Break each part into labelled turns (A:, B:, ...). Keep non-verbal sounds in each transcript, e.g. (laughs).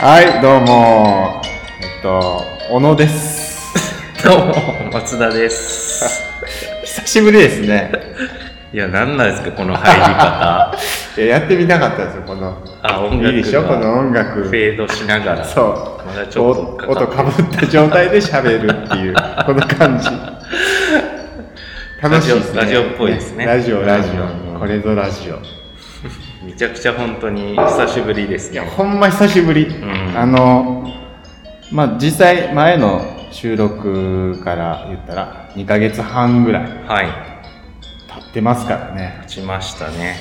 A: はい、どうも。えっと、小野です。
B: どうも、松田です。
A: 久しぶりですね。
B: いや、なんなんですか、この入り方。
A: いや、やってみたかったですよ、この。
B: あ、音楽が
A: (laughs) いいでしょ、この音楽。
B: フェードしながら。
A: そう。
B: まだちょっとか
A: お音かぶった状態で喋るって
B: (laughs)
A: いう、この感じ。楽しいですね。
B: ラジオラジオっぽいですね
A: ラジオ、ラジ
B: うん
A: オ。これぞラジオ。
B: めちゃくちゃ本当に久しぶりです
A: いや、
B: ね。
A: ほんま久しぶり。
B: ん
A: あの、まあ、実際、前の収録から言ったら、2ヶ月半ぐらい
B: はい。
A: 経ってますからね。
B: 立ちましたね。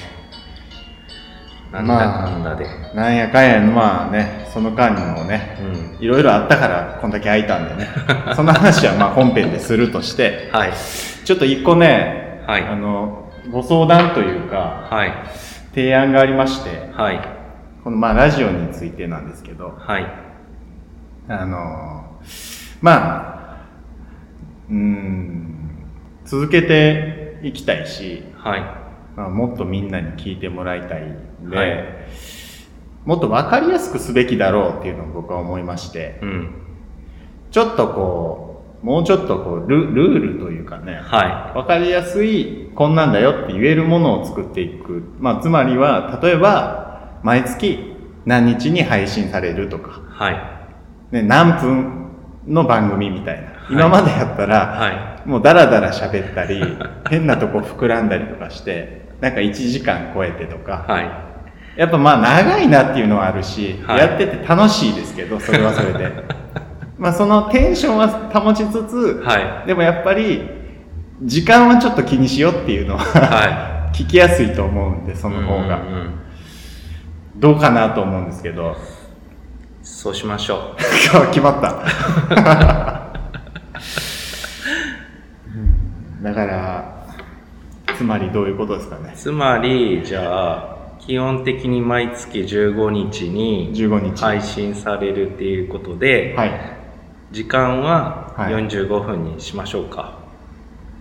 B: なんだ
A: まあ
B: かんだで。
A: なんやかんやのまあねその間にもね
B: うん。
A: いろいろあったからこんだけ空いたん
B: (laughs)
A: でねそんな話はまあ本編でするとして
B: はい。
A: ちょっと一個ね、
B: はい
A: あのご相談というか
B: はい。
A: 提案がありまして
B: はい。
A: このまあラジオについてなんですけど
B: はい。
A: あのまあうーん続けていきたいし、
B: はい。
A: まあ、もっとみんなに聞いてもらいたいんで、
B: はい
A: もっと分かりやすくすべきだろうっていうのを僕は思いまして、
B: うん。
A: ちょっとこう、もうちょっとこうル、ルールというかね、
B: は
A: 分かりやすい、こんなんだよって言えるものを作っていく。まあ、つまりは、例えば、毎月何日に配信されるとか
B: い。、はい。
A: ね、何分の番組みたいな。
B: い
A: 今までやったら、
B: は
A: もうダラダラ喋ったり、変なとこ膨らんだりとかして、なんか1時間超えてと
B: い。
A: か、
B: は
A: やっぱまあ長いなっていうのはあるし、
B: はい
A: やってて楽しいですけど、それはそれで。
B: (laughs)
A: まあそのテンションは保ちつつ
B: い。、はい。
A: でもやっぱり、時間はちょっと気にしようっていうのは、 (laughs)
B: は
A: 聞きやすいと思うんで、そ (laughs)
B: こ
A: の方
B: う
A: が。
B: んうん
A: どうかなと思うんですけど、 (laughs)
B: そうしましょ
A: 今日決まった。 (laughs) うんだから、つまりどういうことですかね
B: う。。つまり、じゃあ、基本的に毎月15日に、
A: 15日。
B: 配信されるっていうことで、
A: はい。
B: 時間は
A: はい
B: 45分にしましょうか、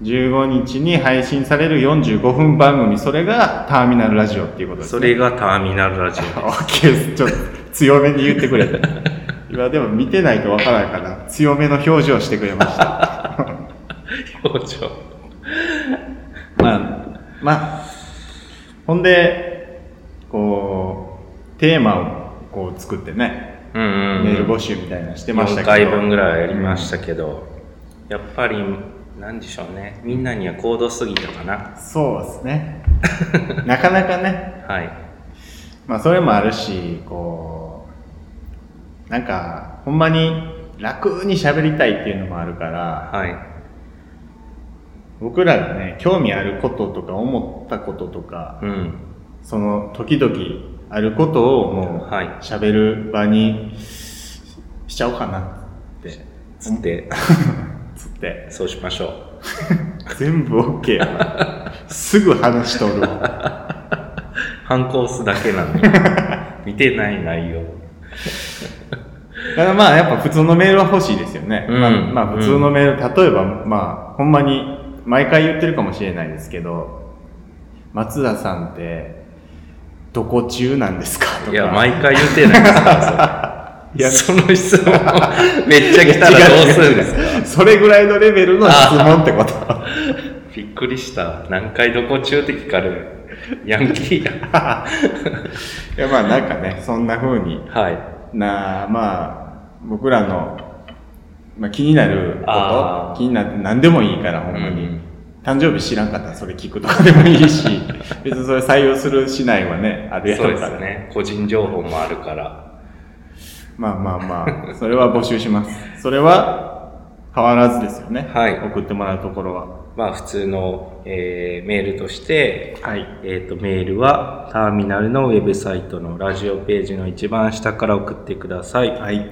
A: 15日に配信される45分番組、それがターミナルラジオっていうことです
B: そ
A: ね。
B: れがターミナルラジ
A: オッケーです。ちょっと強めに言ってくれて。 (laughs) 今でも見てないとわからないから、強めの表情してくれま
B: (laughs)
A: した。
B: オ表情
A: まあ、まあ、ほんで、こう、テーマをこ (laughs) う作ってね、
B: うんうん、うん、
A: メール募集みたいなのしてました
B: 4
A: けど。
B: 回分ぐらいやりましたけど、やっぱりなんでしょうねみんなには高度すぎたかな
A: そうですね。なかなかね、
B: はい
A: まあそれもあるし、こう、なんか、ほんまに楽に喋りたいっていうのもあるから、
B: はい
A: 僕らがね、興味あることとか思ったこととか、
B: うん
A: その時々あることをもう
B: はい
A: 喋る場にしちゃおうかなって、
B: つって
A: つって、
B: そうしましょう
A: 全部 OK や
B: (laughs)
A: な。すぐ話しとるわ。
B: 反抗すだけなの
A: (laughs)
B: に見てない内容
A: だからまあやっぱ普通のメールは欲しいですよね。
B: うん
A: まあまあ普通のメール、例えばまあほんまに毎回言ってるかもしれないですけど、松田さんってどこ中なんですかとか。
B: いや毎回言ってないですから
A: いや
B: それその質問めっちゃ来たらどうするんです
A: (laughs)
B: か
A: それぐらいのレベルの質問って
B: (laughs)
A: こと。
B: びっくりした。何回どこ中って聞かれる。ヤンキーや。
A: いやまあなんかね、そんな風に
B: はい。
A: なあ、まあ僕らの、まあ、気になるこ
B: あ
A: と、
B: ー
A: 気になって何でもいいから、ほんまに。
B: うん
A: 誕生日知らんかったらそれ聞くとかでもいい
B: (laughs)
A: し、別にそれ採用するしないはね、あるやろ
B: そうで
A: から
B: すね。個人情報もあるから。
A: まあまあまあ、それは募集します。それは変わらずですよね。
B: はい
A: 送ってもらうところは。
B: まあ普通の、えーメールとして、
A: はい。
B: えっ、とメールはターミナルのウェブサイトのラジオページの一番下から送ってください。
A: はい。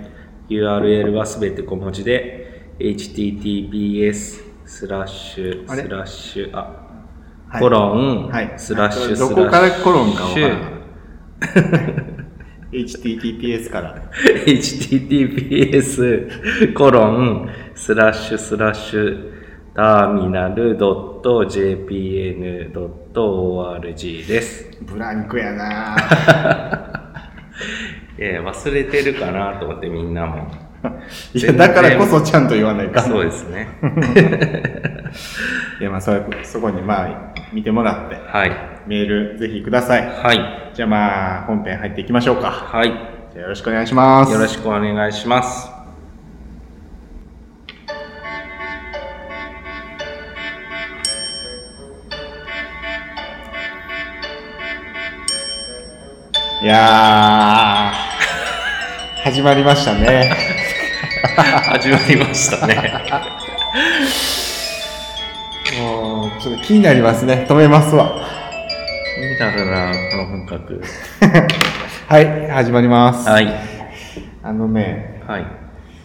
B: URL はすべて小文字で、https スラッシュ
A: あれ
B: スラッシュ、あ、
A: はい
B: コロン、
A: はい
B: スラッシュスラッシ
A: ど
B: ュ。
A: こからコロンかわからない HTTPS から。
B: https コロンスラッシュスラッシュターミナル .jpn.org です。 (laughs)
A: ブランクやなぁ
B: いやいや忘れてるかなと思ってみんなも。
A: いや、
B: 全然
A: だからこそちゃんと言わないか。
B: そうですね。 (laughs)
A: いや、まあそ、そこにまあ、見てもらって、
B: はい。
A: メールぜひください。
B: はい。
A: じゃあまあ、本編入っていきましょうか。
B: はい。
A: じゃあよろしくお願いします。
B: よろしくお願いします。
A: いやー、始まりましたね。
B: 始まりましたね。
A: もう、ちょっと気になりますね。止めます (laughs) わ。
B: 見たらな、この本格。
A: はい、始まります。
B: はい。
A: あのね、
B: はい。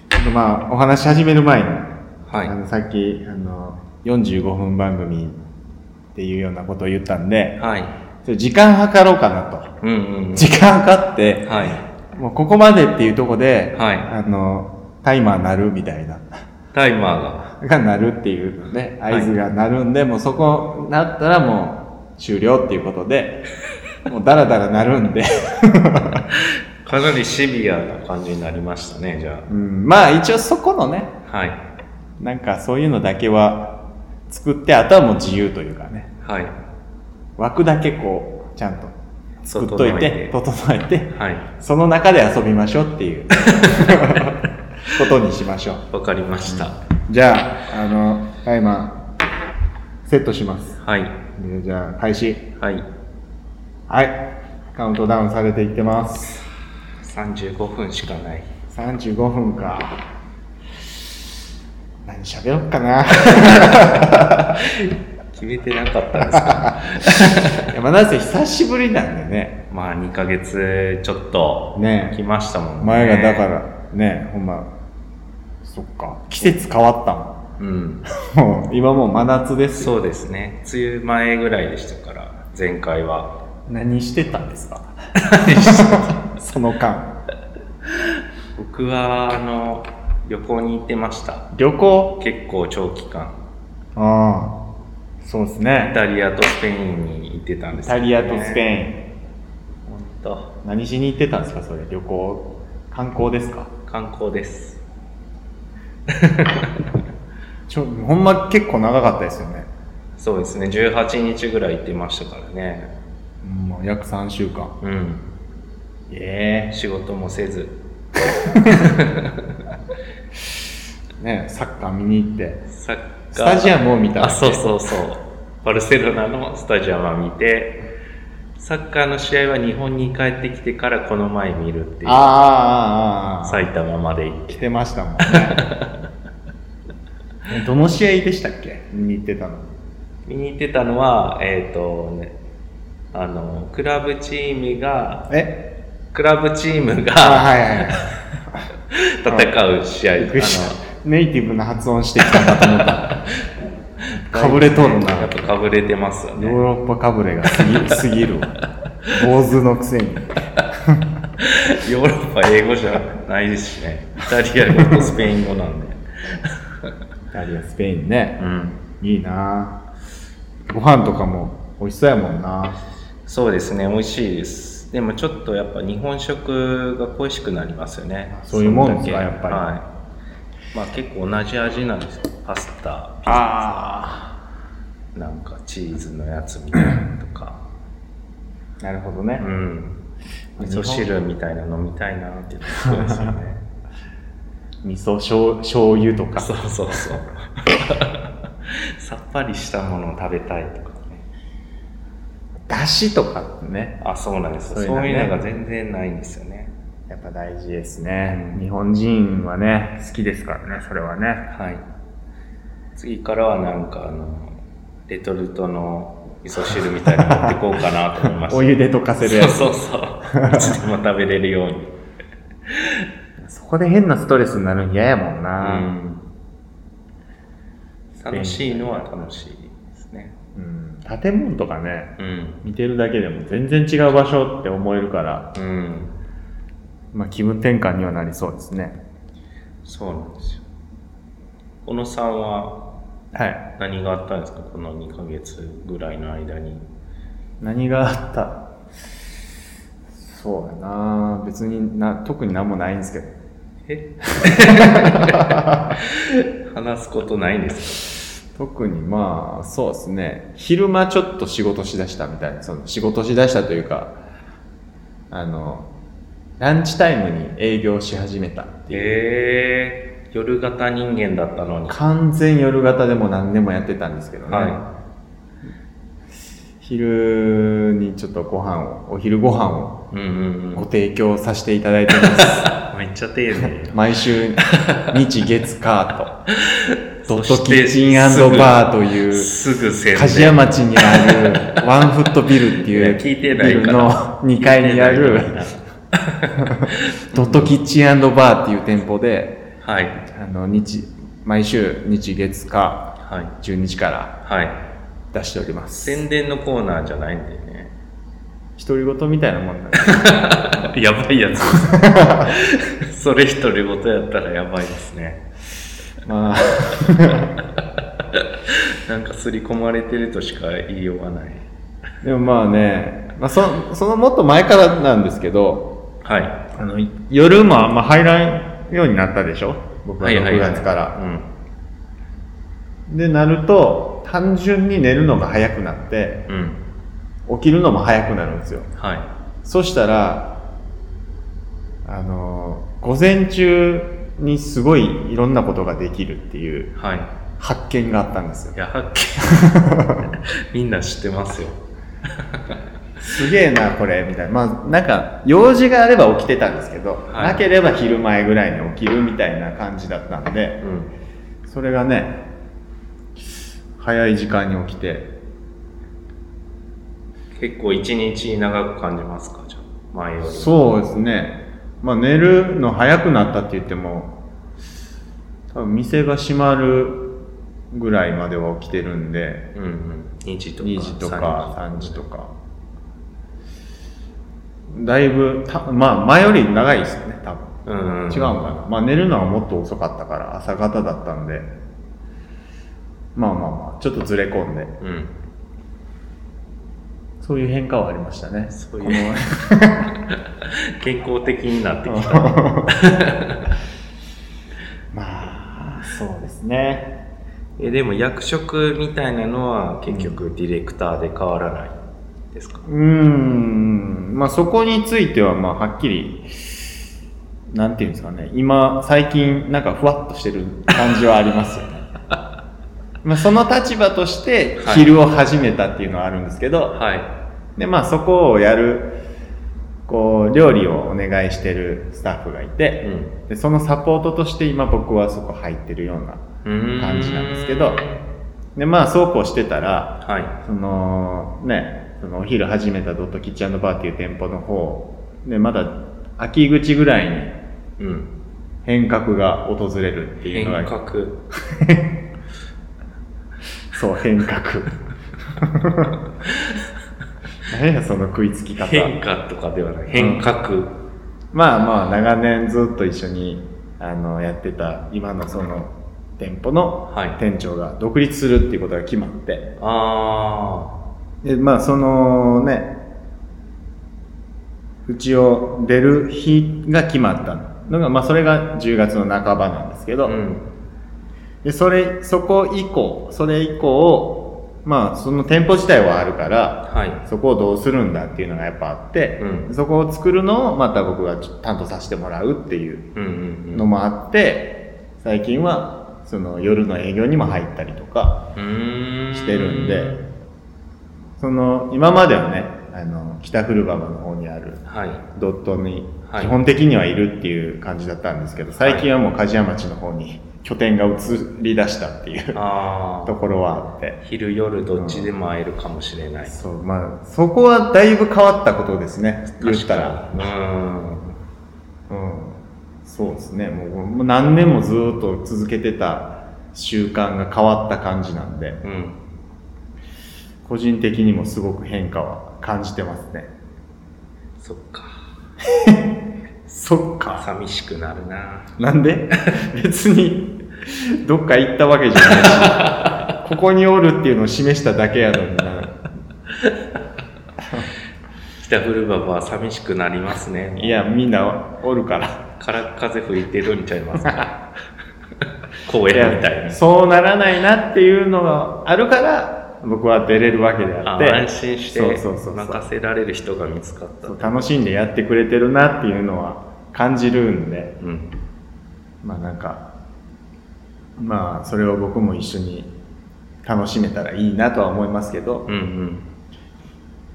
A: ちょっとまあ、お話し始める前に、
B: はい
A: あのさっき、あの、45分番組っていうようなことを言ったんで、
B: はい。
A: ちょっと時間計ろうかなと。
B: うんうん
A: 時間計って
B: うん。、はい。
A: もうここまでっていうとこで、
B: はい
A: あの、タイマー鳴るみたいな、
B: タイマ
A: が鳴るっていうので、
B: はい
A: 合図が鳴るんで、もうそこなったらもう終了っていうことで、もうダラダラ鳴るん (laughs) で、
B: ーが、かなりシビアな感じになりましたね、じゃ
A: うん、まあ一応そこのね、
B: あ。はい。
A: なんかそういうのだけは作って、あとはもう自由というかね、
B: はい。
A: 枠だけこう、ちゃんと作っといて、
B: 整
A: 整えて
B: え、てはい。
A: その中で遊びましょうって (laughs) いうことにしましょう。
B: わかりました。
A: じゃあ、あの、タイマー、セットします。
B: はい。
A: でじゃあ、開始。
B: はい。
A: はい。カウントダウンされていってます。
B: 35分しかない。
A: 35分か。何喋ろっか (laughs) な。
B: 決めてなかったですか
A: いやまあ、なぜ久しぶりなんでね。
B: (laughs) まあ、2ヶ月ちょっと、
A: ね
B: 来ましたもんね。
A: 前がだか。ら、ねほんま、そっか。季節変わっ
B: うん。
A: たもん。も (laughs) う、今もう真夏ですよ。
B: そうですね。梅雨前ぐらいでしたから、前回
A: (laughs)
B: は。
A: 何してたんですかその間。
B: 僕は、あの、旅行に行ってました。
A: 旅行
B: 結構長期間。
A: ああ。そうです
B: イ
A: ね。
B: タリアとスペインに行ってたんで
A: イ
B: す
A: タ
B: けどね
A: リアとスペイン。
B: 本当
A: 何しに行ってたんですかそれ旅行観光ですか
B: 観光です
A: ちょほんま結構長かったですよね、
B: そうですね18日ぐらい行ってましたからね
A: うん、もう約3週間
B: うん
A: え
B: 仕事もせず
A: えねサッカー見に行って
B: サッカー
A: スタジアムを見た
B: あそう
A: う
B: そうそうバルセロナのスタジアムは見てサッカーの試合は日本に帰ってきてからこの前見るっていう
A: あーあーあーあー
B: 埼玉まで行って
A: 来てましたもんねえ (laughs) どの試合でしたっけ見に行ってたの
B: 見に行ってたのはえっ、とねあのクラブチームが
A: え
B: クラブチーム
A: あ
B: が
A: はいはいはい
B: 戦う試合あ
A: びっくりし
B: の
A: たネイティブな発音してきたかと (laughs) 思ったかぶれとるな
B: やっぱかぶれてますよ
A: ヨ
B: ね
A: ーロッパかぶれがすぎすぎるわ坊主のくせに
B: ヨーロッパ英語じゃないですしねイタリア語とスペイン語なんで
A: イタリアスペイン
B: う
A: ね
B: ん
A: いいなご飯とかも美味しそうやもんな
B: そうですね美味しいですでもちょっとやっぱ日本食が恋しくなりますよね
A: そういうもんですか
B: そだけ
A: やっぱり
B: はいまあ結構同じ味なんですよパスタピ
A: あ
B: なんかチーズのやつみたいなのとか
A: あなるほどね
B: う、ん味噌汁みたいなの飲みたいなっていうのがそうですよね
A: 味噌醤醤油とか
B: (laughs) そうそうそう (laughs) さっぱりしたものを食べたいとかね
A: だしとかってね
B: あそうなんですよ
A: そういう
B: そ
A: の
B: う
A: ね
B: いうのが全然ないんですよね
A: やっぱ大事ですね日本人はね好きですからねそれはね
B: はい次からはなんかあのレトルトの味噌汁みたいなの持ってこうかなと思い (laughs) ました
A: お湯で溶かせるやつ
B: そうそうそう (laughs) いつでも食べれるように
A: そこで変なストレスになるん嫌やもん
B: う
A: な、
B: ん楽しいのは楽しいですね
A: うん建物とかね
B: うん
A: 見てるだけでも全然違う場所って思えるから、
B: うん
A: まあ、気分転換にはなりそうですね
B: そうなんですよ小野さんは
A: はい
B: 何があったんですかこの2ヶ月ぐらいの間に
A: 何があったそうやな別にな、特になんもないんですけど。
B: え (laughs) 話すことないんです
A: 特にまあ、そうですね。昼間ちょっと仕事しだしたみたいな、その仕事しだしたというか、あの、ランチタイムに営業し始めたっていう。
B: ええ夜型人間だったのに
A: 完全夜型でも何でもやってたんですけどね。
B: は
A: 昼にちょっとご飯を、お昼ご飯を
B: いうんうん
A: ご提供させていただいてま
B: うんめっちゃ丁寧
A: す。毎週、日月火と、ド
B: そ
A: ット
B: し
A: キ
B: て
A: ッチンバーという、
B: すぐ宣伝
A: 鍛冶屋町にあるワンフットビルって
B: いや
A: いう
B: 聞いて
A: ビ
B: ない
A: ル
B: から
A: の2階にあるドットキッチンバーっていう店舗で
B: はい
A: あの日毎週日月火
B: は
A: 12時から
B: いはい
A: 出しております
B: 宣伝のコーナーじゃないんだよね
A: 独り言みたいなも
B: (laughs)
A: んだね
B: やばいやつ (laughs) それ独り言やったらやばいですね
A: まあ
B: なんか刷り込まれてるとしか言いようがない
A: でもまあね、まあ、そそのもっと前からなんですけど
B: はい
A: あの夜もあんま入らんようになったでしょ僕は6月から、
B: うん
A: でなると単純に寝るのが早くなって
B: うん
A: 起きるのも早くなるんですよ
B: はい
A: そしたら、あの、午前中にすごいいろんなことができるっていう
B: はい
A: 発見があったんですよ
B: い。 (laughs) やはっきみんな知ってますよ
A: すげえな、これ、みたいな。まあ、なんか、用事があれば起きてたんですけど、
B: はい
A: なければ昼前ぐらいに起きるみたいな感じだったん
B: う
A: で、
B: ん
A: それがね、早い時間に起きて、
B: 結構一日長く感じますかじゃあ前より
A: そうですね。まあ、寝るの早くなったって言っても、多分店が閉まるぐらいまでは起きてるんで、
B: うんうん2時とか
A: 2時とか3時とか。だいぶ、たまあ、前より長いですよね、多分。
B: 3時うんん
A: 違うのかな。まあ、寝るのはもっと遅かったから、朝方だったんで、まあまあまあ、ちょっとずれ込んで、
B: うん
A: そういう変化はありましたね。
B: そういう健康的になってきた
A: まあ、そうですね。
B: えでも役職みたいなのは結局ディレクターで変わらないですか
A: うーん、まあそこについては、まあはっきり、なんていうんですかね、今、最近、なんかふわっとしてる感じはあります
B: (laughs)
A: よね。まあその立場として、
B: はい
A: 昼を始めたっていうのはあるんですけど、
B: はい
A: で、まあそこをやる、こう、料理をお願いしてるスタッフがいて、
B: う
A: でそのサポートとして今僕はそこ入ってるような
B: う
A: 感じなんですけどでまあそうこうしてたら
B: は
A: そのねそのお昼始めたドットキッチンバーっていう店舗の方でまだ秋口ぐらいに
B: い、うん、
A: 変革が訪れるっていう
B: 変
A: のが
B: 革
A: そう変
B: (laughs)
A: 革何やその食いつき方
B: 変化とかではない変革、
A: まあまあ長年ずっと一緒にあのやってた今のその店舗の
B: はい
A: 店長が独立するっていうことが決まって
B: あ
A: でまあそのねうちを出る日が決まったのが、まあ、それが10月の半ばなんですけ
B: あ
A: ど、
B: うん
A: でそれそこ以降それ以降まあその店舗自体はあるから
B: はい
A: そこをどうするんだっていうのがやっぱあって、
B: うん
A: そこを作るのをまた僕がちょ担当させてもらうっていう
B: うんうん
A: のもあって最近はその夜の営業にも入ったりとか
B: うん
A: してるんでその今まではねあの北古馬場の方にある
B: はい
A: ドットに
B: はい
A: 基本的にはいるっていう感じだったんですけど、最近はもう鍛冶屋町の方に拠点が移り出したっていう (laughs)
B: あ
A: と
B: あ
A: ころはあって
B: 昼夜どっちでも会えるかもしれない、
A: そうまあそこはだいぶ変わったことですね言ったら
B: 確かにうん
A: うんそうですねもうもう何年もずっと続けてた習慣が変わった感じなんで
B: うん
A: 個人的にもすごく変化は感じてますね
B: そっか
A: そっか
B: 寂しくなるな
A: なんで (laughs) 別に、どっか行ったわけじゃな
B: (laughs)
A: いし、ここにおるっていうのを示しただけやのにな。
B: 北フルバは寂しくなりますね。
A: いや、みんなおるから。
B: からっ風吹いてるんちゃいますか。 (laughs) 公園みたいな。
A: そうならないなっていうのがあるから、僕は出れるわけであ
B: あ
A: って、
B: 安心して
A: そうそうそうそう
B: 任せられる人が見つかった
A: そう。楽しんでやってくれてるなっていうのは感じるんで、
B: うん。
A: まあなんか、まあそれを僕も一緒に楽しめたらいいなとは思いますけど
B: う、ん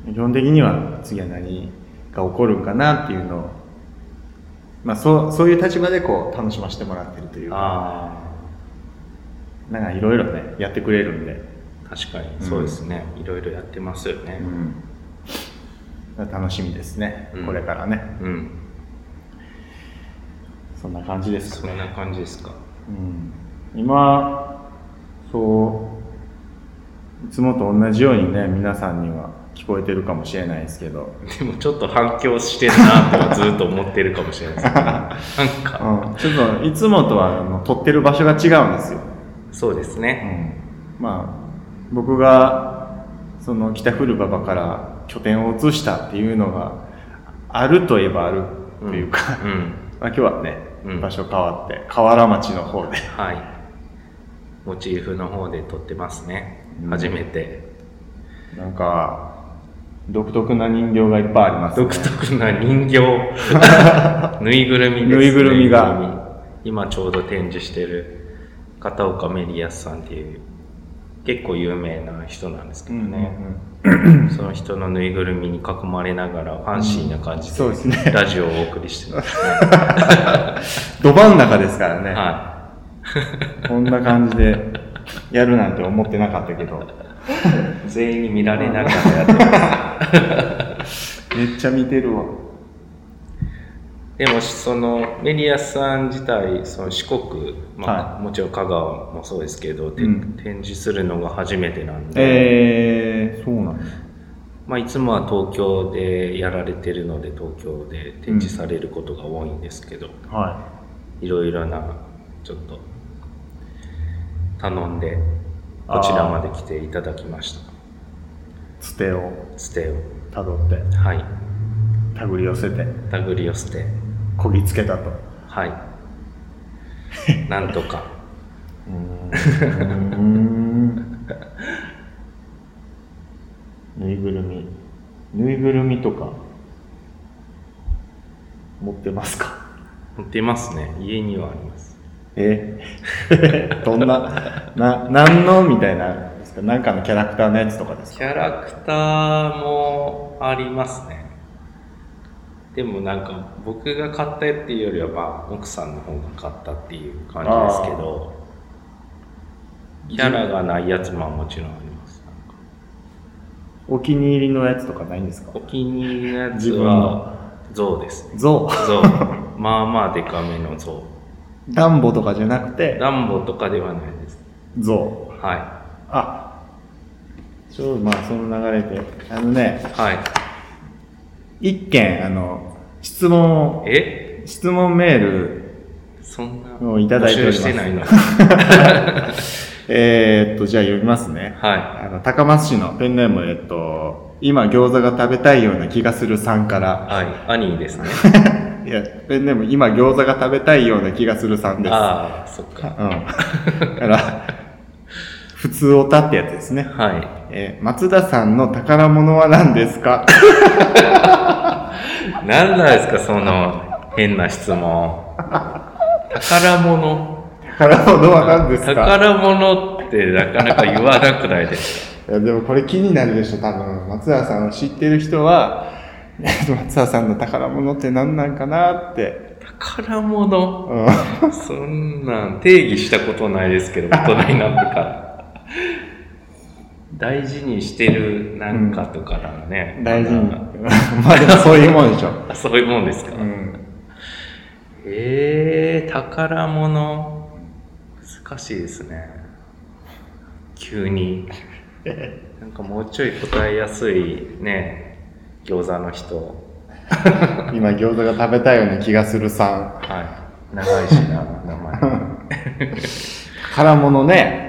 B: うん。
A: 基本的には次は何が起こるんかなっていうのを、まあそうそういう立場でこう楽しませてもらってるというか、
B: あ
A: なんかいろいろね、やってくれるんで、
B: あ、確かにそうですね。いろいろやってますよね。
A: うん楽しみですね、
B: うん
A: これからね。
B: うん。
A: そんな感じです
B: そ
A: かね。
B: んな感じですか。
A: うん、今、そう、いつもと同じようにね、皆さんには聞こえてるかもしれないですけど、
B: でもちょっと反響してるなとはずっと思ってるかもしれ
A: (laughs)
B: ないですけど、なんか、
A: うん、ちょっといつもとはあの撮ってる場所が違うんですよ。
B: そうです
A: う
B: ね。
A: ん、まあ、僕が、その北古馬場から拠点を移したっていうのがあるといえばあるというか、
B: うん。
A: (laughs) まあ、今日はね、
B: うん
A: 場所変わって河原町の方で
B: はい。モチーフの方で撮ってますね。
A: うん
B: 初めて。
A: なんか独特な人形がいっぱいあります、ね、
B: 独特な人形。
A: (laughs)
B: ぬいぐるみです、
A: ぬいぐるみが
B: ぬいぐるみ今ちょうど展示してる片岡メリアスさんっていう結構有名な人なんですけ
A: う
B: ど
A: ん
B: ね、
A: ね、
B: その人のぬいぐるみに囲まれながらファンシーな感じ
A: そうですね
B: でラジオをお送りしてます
A: (laughs)
B: ね。
A: ど真ん中ですからね、
B: は
A: こんな感じでやるなんて思ってなかったけど
B: い。全員に見られながらやってます。
A: めっちゃ見てるわ
B: でもそのメリアスさん自体その四国、まあもちろん香川もそうですけど、て
A: うん
B: 展示するのが初めてなんで、
A: えー、そうなんだ
B: まあ、いつもは東京でやられてるので東京で展示されることが多いんですけど、
A: はい
B: ろいろなちょっと頼んでこちらまで来ていただきまし
A: いつてを
B: たステを
A: たどって
B: はい
A: 手繰り寄せて
B: 手繰りを捨て
A: こぎつけたと
B: はいなんとか
A: うーんぬいぐるみぬいぐるみとか持ってますか
B: 持っていますね家にはあります
A: え (laughs) どんなな何のみたいなんですかなんかのキャラクターのやつとかです
B: キ
A: か
B: ャラクターもありますね。でもなんか僕が買ったっていうよりはまあ奥さんの方が買ったっていう感じですけど、キャラがないやつももちろんあります。
A: お気に入りのやつとかないんですか
B: お気に入りのやつ
A: 自分
B: は象ですね。
A: 象
B: 象。 (laughs) まあまあでかめの象。
A: ダンボとかじゃなくて
B: ダンボとかではないです。
A: 象
B: は
A: あちょうどまあその流れであのね
B: い。はい。
A: 一件あの質問を
B: え
A: 質問メール
B: そんな
A: もういただいております
B: 募集してないの。は
A: えー、っと、じゃあ読みますね。 (laughs)
B: い。
A: あの、高松市のペンネーム、えっと、今餃子が食べたいような気がするさんから。
B: はい。兄ですね。
A: いや、ペンネーム、今餃子が食べたいような気がするさんです。
B: ああ、そっ
A: うん。
B: か。
A: だから、普通おたってやつですね。
B: はい。
A: えー松田さんの宝物は何ですか
B: 何なんですかその変な質問宝物
A: 宝物は何ですか
B: 宝物ってなかなか言わなくないですか
A: いや、でもこれ気になるでしょ、多分。松田さんを知ってる人は、 (laughs) 松田さんの宝物って何なんかなって。
B: 宝物
A: うん。
B: そんなん定義したことないですけど大人になってから大事にしてるなんかとかなのね、
A: 大事に。
B: まだ
A: まあでもそういうもんでしょ。
B: あそういうもんですか、
A: うん。
B: ええー、宝物難しいですね
A: (laughs)
B: 急になんかもうちょい答えやすいね餃子の人
A: 今餃子が食べたいような気がするさん。
B: はい長いしな名
A: (laughs)
B: 前
A: 宝物ね。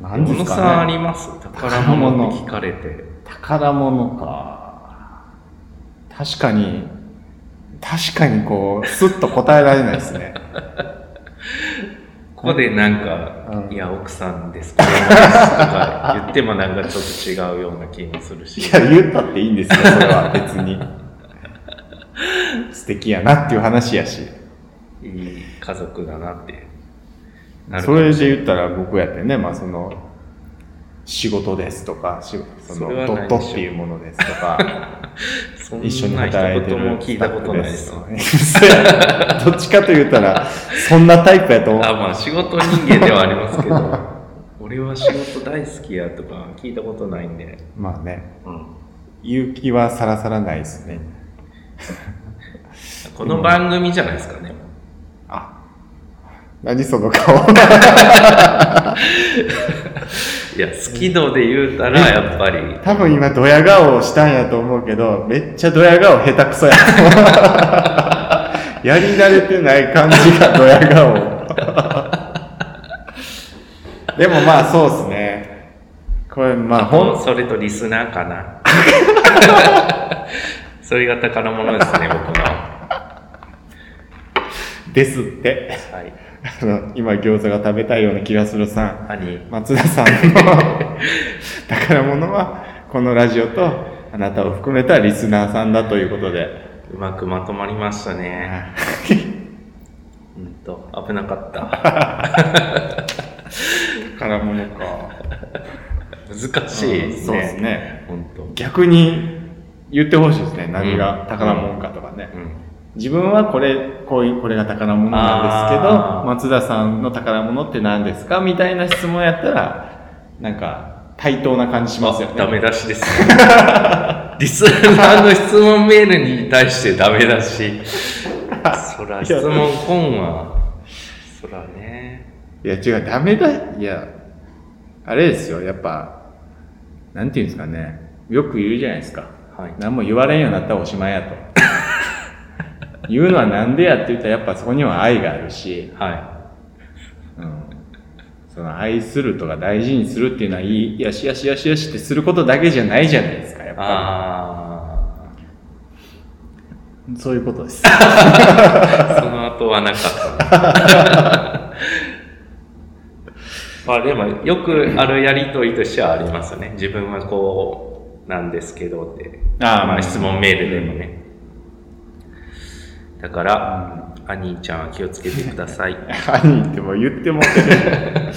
A: 何で
B: 小
A: す
B: 野さん
A: か
B: あ
A: ね。
B: ります宝物って聞かれて
A: 宝物か。確かに、確かにこう、すっと答えられないですね。
B: ここでなんか、
A: うん
B: いや、奥さんです、子供ですとか言ってもなんかちょっと違うような気もするし
A: い。や、言ったっていいんですよ、それは別に。素敵やなっていう話やし。
B: いい家族だなって。なる
A: そ
B: ほど
A: れで言ったら僕やってね、まあその、仕事ですとか、しそ
B: それ
A: の
B: は
A: ド
B: な
A: ッ
B: いでしょ
A: トっていうものですとか、
B: (laughs) そんな
A: 一緒
B: 一
A: に
B: 言
A: 働いてる
B: も聞いたことないです。
A: スタッフですとか (laughs) どっちかと言ったら、そんなタイプやと
B: あ
A: 思う。
B: まあ仕事人間ではありますけ (laughs) ど俺は仕事大好きやとか聞いたことないんで、
A: まあね、
B: うん、
A: 勇気はさらさらないですね。
B: この番組じゃないですかね、
A: あ、何その顔。
B: いや好き度で言うたらやっぱり
A: 多分今ドヤ顔をしたんやと思うけど、めっちゃドヤ顔下手くそや。 (laughs) やり慣れてない感じがドヤ顔。でもまあそうっすね。これまあほん、
B: それとリスナーか (laughs) なそれが宝物です (laughs) ね僕の、は
A: ですって。
B: い、
A: あの、今餃子が食べたいような気がするさん。
B: 兄
A: 松田さんの (laughs) 宝物は、このラジオと、あなたを含めたリスナーさんだということで。
B: うまくまとまりましたねうんと危なかった
A: (laughs)
B: (laughs)
A: 宝物か。
B: 難しいですね
A: そうですね。
B: 本当
A: 逆に言ってほしいですね何が宝物かとかね、
B: うん
A: 自分はこれこういうこれが宝物な
B: あー
A: んですけど松田さんの宝物って何ですかみたいな質問やったらなんか対等な感じしますよね
B: ダメ出しです (laughs) ね。リスナーの質問メールに対してダメ出
A: (laughs)
B: し。そら、質問本は、そらね。
A: いや違うダメだいやあれですよやっぱなんていうんですかねよく言うじゃないですか
B: はい。
A: 何も言われんようになったらおしまい
B: (laughs)
A: やと言うのはなんでやって言ったらやっぱそこには愛があるし
B: は
A: うんその愛するとか大事にするっていうのはいい、よしよしよしよしってすることだけじゃないじゃないですか、や
B: い
A: っ。ぱ
B: あ
A: り。そういうことです。
B: あ、 (laughs) その後はなかった。まあでも、よくあるやりとりとしてはありますね。自分はこう、なんですけどって。
A: あー
B: まあ質問メールでもね。だから、兄ちゃんは気をつけてください。
A: 何言っても言ってもってね。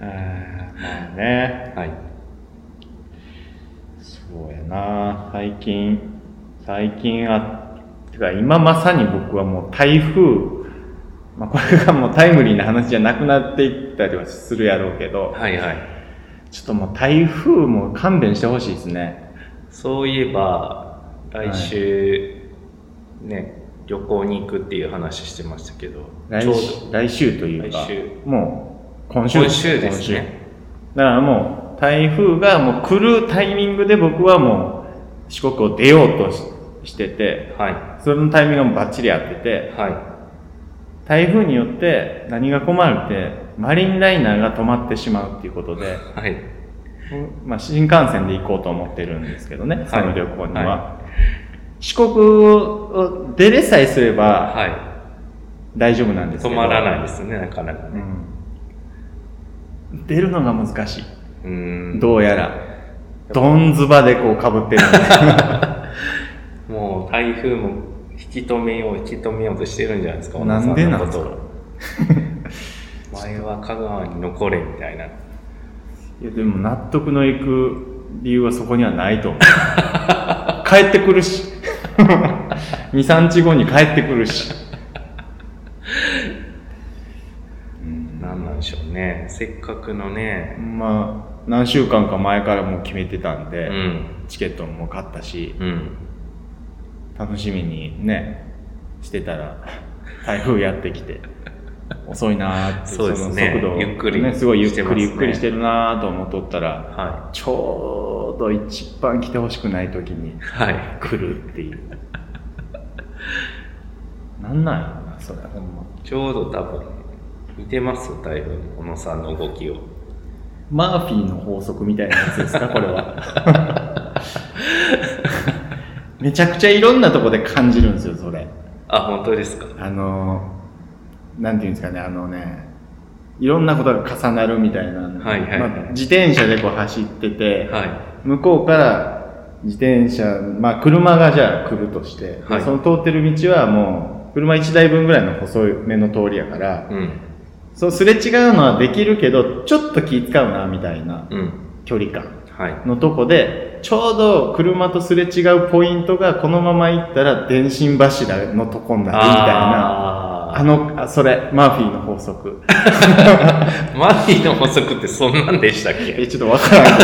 A: あーまあね、
B: はい。
A: そうやな、最近、最近あ、てか今まさに僕はもう台風、まあこれがもうタイムリーな話じゃなくなっていったりはするやろうけど、
B: はいはい。
A: ちょっともう台風も勘弁してほしいですね。
B: そういえば、来週、ね、旅行に行くっていう話してましたけど、
A: 来
B: ちょう
A: 週来週というか
B: 来週、
A: もう今週
B: ど今週です
A: 今週
B: ね。
A: だからもう台風がもう来るタイミングで僕はもう四国を出ようとししてて、
B: は
A: それのタイミングがもうバッチリ合って
B: い。
A: て、
B: は
A: 台風によって何が困るって、マリンライナーが止まってしまうっていうことで、
B: い。はい。
A: まあ、新幹線で行こうと思ってるんですけどね、その旅行には。
B: は
A: 四国を出れさえすれば
B: は
A: 大丈夫なん
B: い。
A: ですけ
B: 止
A: ど。
B: まらないですね、なかなか
A: う
B: ね。
A: ん、出るのが難しい。
B: うーん。
A: どうやら。どんずばでこう被ってる (laughs) んで。
B: もう台風も引き止めよう、引き止めようとしてるんじゃないですか、
A: なんでなんですか
B: 小
A: (laughs)
B: 野さんのことを前は香川に残れみたいな。
A: いや、でも納得のいく理由はそこにはないと思う。 (laughs) 帰ってくるし。2、3日後に帰ってくるし。
B: なんなんでしょうね。せっかくのね、
A: まあ、何週間か前からもう決めてたんで、
B: うん。
A: チケットも買ったし、
B: うん。
A: 楽しみにね、してたら、台風やってき
B: (laughs)
A: て、遅いなーって、
B: そうですね
A: の速度を
B: ゆっくり
A: ね、すごいゆっ
B: して
A: く
B: ます
A: り
B: ね
A: ゆっくりしてるなーと思っとったら、
B: は
A: ちょうど一番来てほしくない時に
B: い。はい。
A: 来るっていう。
B: (laughs)
A: なんなんやろな、それ、ほんま。
B: ちょうど多分、似てます、台風の小野さんの動きを。 (laughs)
A: マーフィーの法則みたいなやつですか、これは。 (laughs) めちゃくちゃいろんなとこで感じるんですよ、それ。
B: あ、本当ですか。
A: あの、なんていうんですかね、あのね、いろんなことが重なるみたいな。
B: はいはいはい
A: まあ自転車でこう走ってて、
B: は
A: 向こうから自転車、まあ車がじゃあ来るとして、
B: はい
A: その通ってる道はもう車1台分ぐらいの細い目の通りやから、
B: い。うん。
A: そうすれ違うのはできるけど、ちょっと気使うなみたいな
B: うん。
A: 距離感
B: はい。
A: のとこで、ちょうど車とすれ違うポイントがこのまま行ったら電信柱のとこになるみたいな。
B: あ
A: あ
B: ー
A: の、あそれ、マーフィーの法則。
B: マーフィーの法則ってそんなんでしたっ
A: (laughs)
B: け
A: え、ちょっとわから
B: (laughs)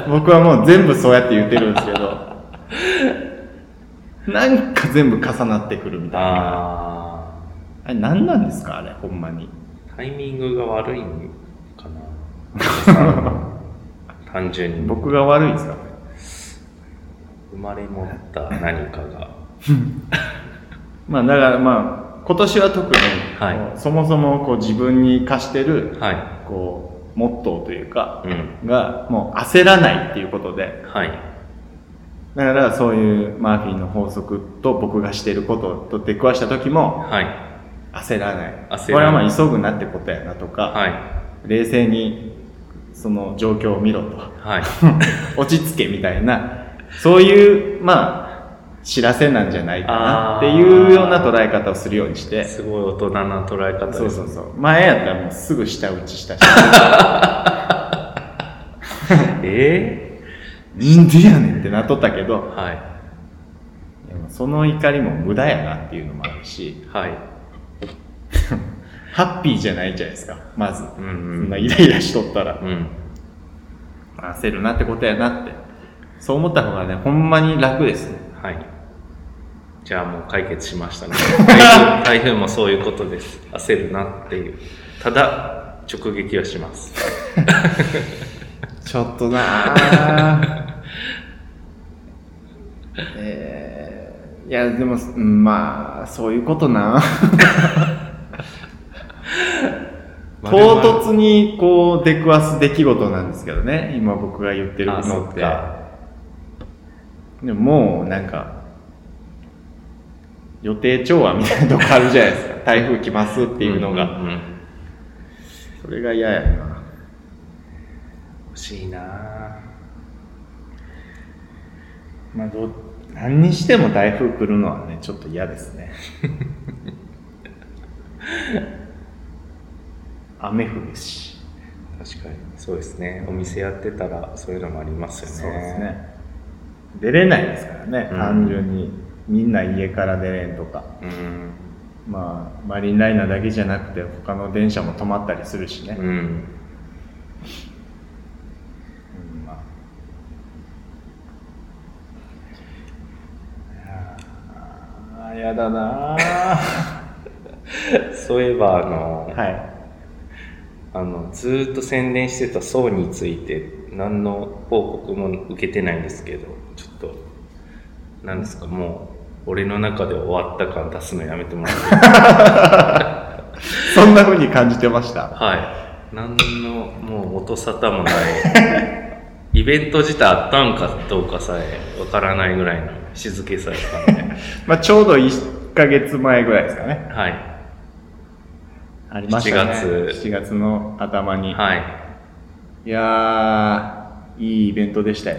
A: んけど、僕はもう全部そうやって言ってるんですけど、なんか全部重なってくるみたいな。あ
B: あ
A: れ何なんですかあれ、ほんまに。
B: ータイミングが悪いのか
A: (laughs)
B: な単純に
A: 僕が悪いんですか
B: 生まれ持った何かが
A: まあだからまあ、今年は特に、
B: はい
A: もうそもそもこう自分に課してる、
B: は
A: こう、モットーというか、
B: いうん
A: が、もう焦らないっていうことで、
B: はい
A: だからそういうマーフィーの法則と僕がしてることと出くわした時も、
B: はい
A: 焦らない
B: 焦らない
A: これはまあ急ぐなってことやなとか、
B: はい
A: 冷静にその状況を見ろ
B: (laughs)
A: と
B: はい
A: 落ち着けみたいなそういうまあ知らせなんじゃないかなっていうような捉え方をするようにして
B: すごい大人な捉え方です
A: そうそうそう前やったらもうすぐ下打ち
B: (laughs)
A: したし
B: え
A: なんでやねんってなっとったけ
B: え
A: ど
B: はい
A: いやまあその怒りも無駄やなっていうのもあるし
B: はい
A: ハッピーじゃないじゃないですかまず、
B: うん
A: そ
B: うん
A: んなイライラしとったら
B: うん
A: 焦るなってことやなってそう思った方がねほんまに楽ですね
B: はいじゃあもう解決し
A: (laughs)
B: ましたね台風台風もそういうことです焦るなっていうただ直撃はします
A: ちょっとな (laughs) あえーいやでもうんまあそういうことな唐突にこう出くわす出来事なんですけどね今僕が言ってる
B: あそ
A: の
B: っ
A: って
B: か
A: でももうなんか予定調和みたいなとこあるじゃないですか台風来ますっていうのが、
B: んん
A: それが嫌やな
B: 欲しいな
A: まあどう何にしても台風来るのはねちょっと嫌ですね (laughs) 雨降るし
B: 確かにそうですねお店やってたらそういうのもありますよね
A: 出れないですからね、
B: うん
A: 単純にみんな家から出れんとか
B: うん
A: まあマリンライナーだけじゃなくて他の電車も止まったりするしね、
B: うん
A: うんまあいやーやだな
B: (laughs)
A: ー
B: そういえばあの、
A: はい
B: あのずーっと宣伝してた層について何の報告も受けてないんですけどちょっと何ですかもう俺の中で終わった感出すのやめてもらって
A: そんな風に感じてました
B: (laughs) はい何のもう音沙汰もない (laughs) イベント自体あったんかどうかさえわからないぐらいの静けさやったんで
A: まあ、ちょうど1ヶ月前ぐらいですかね。
B: はい
A: あり
B: ましたね
A: 7月。7月の頭に。
B: はい
A: い、やー、いいイベントでしたよ。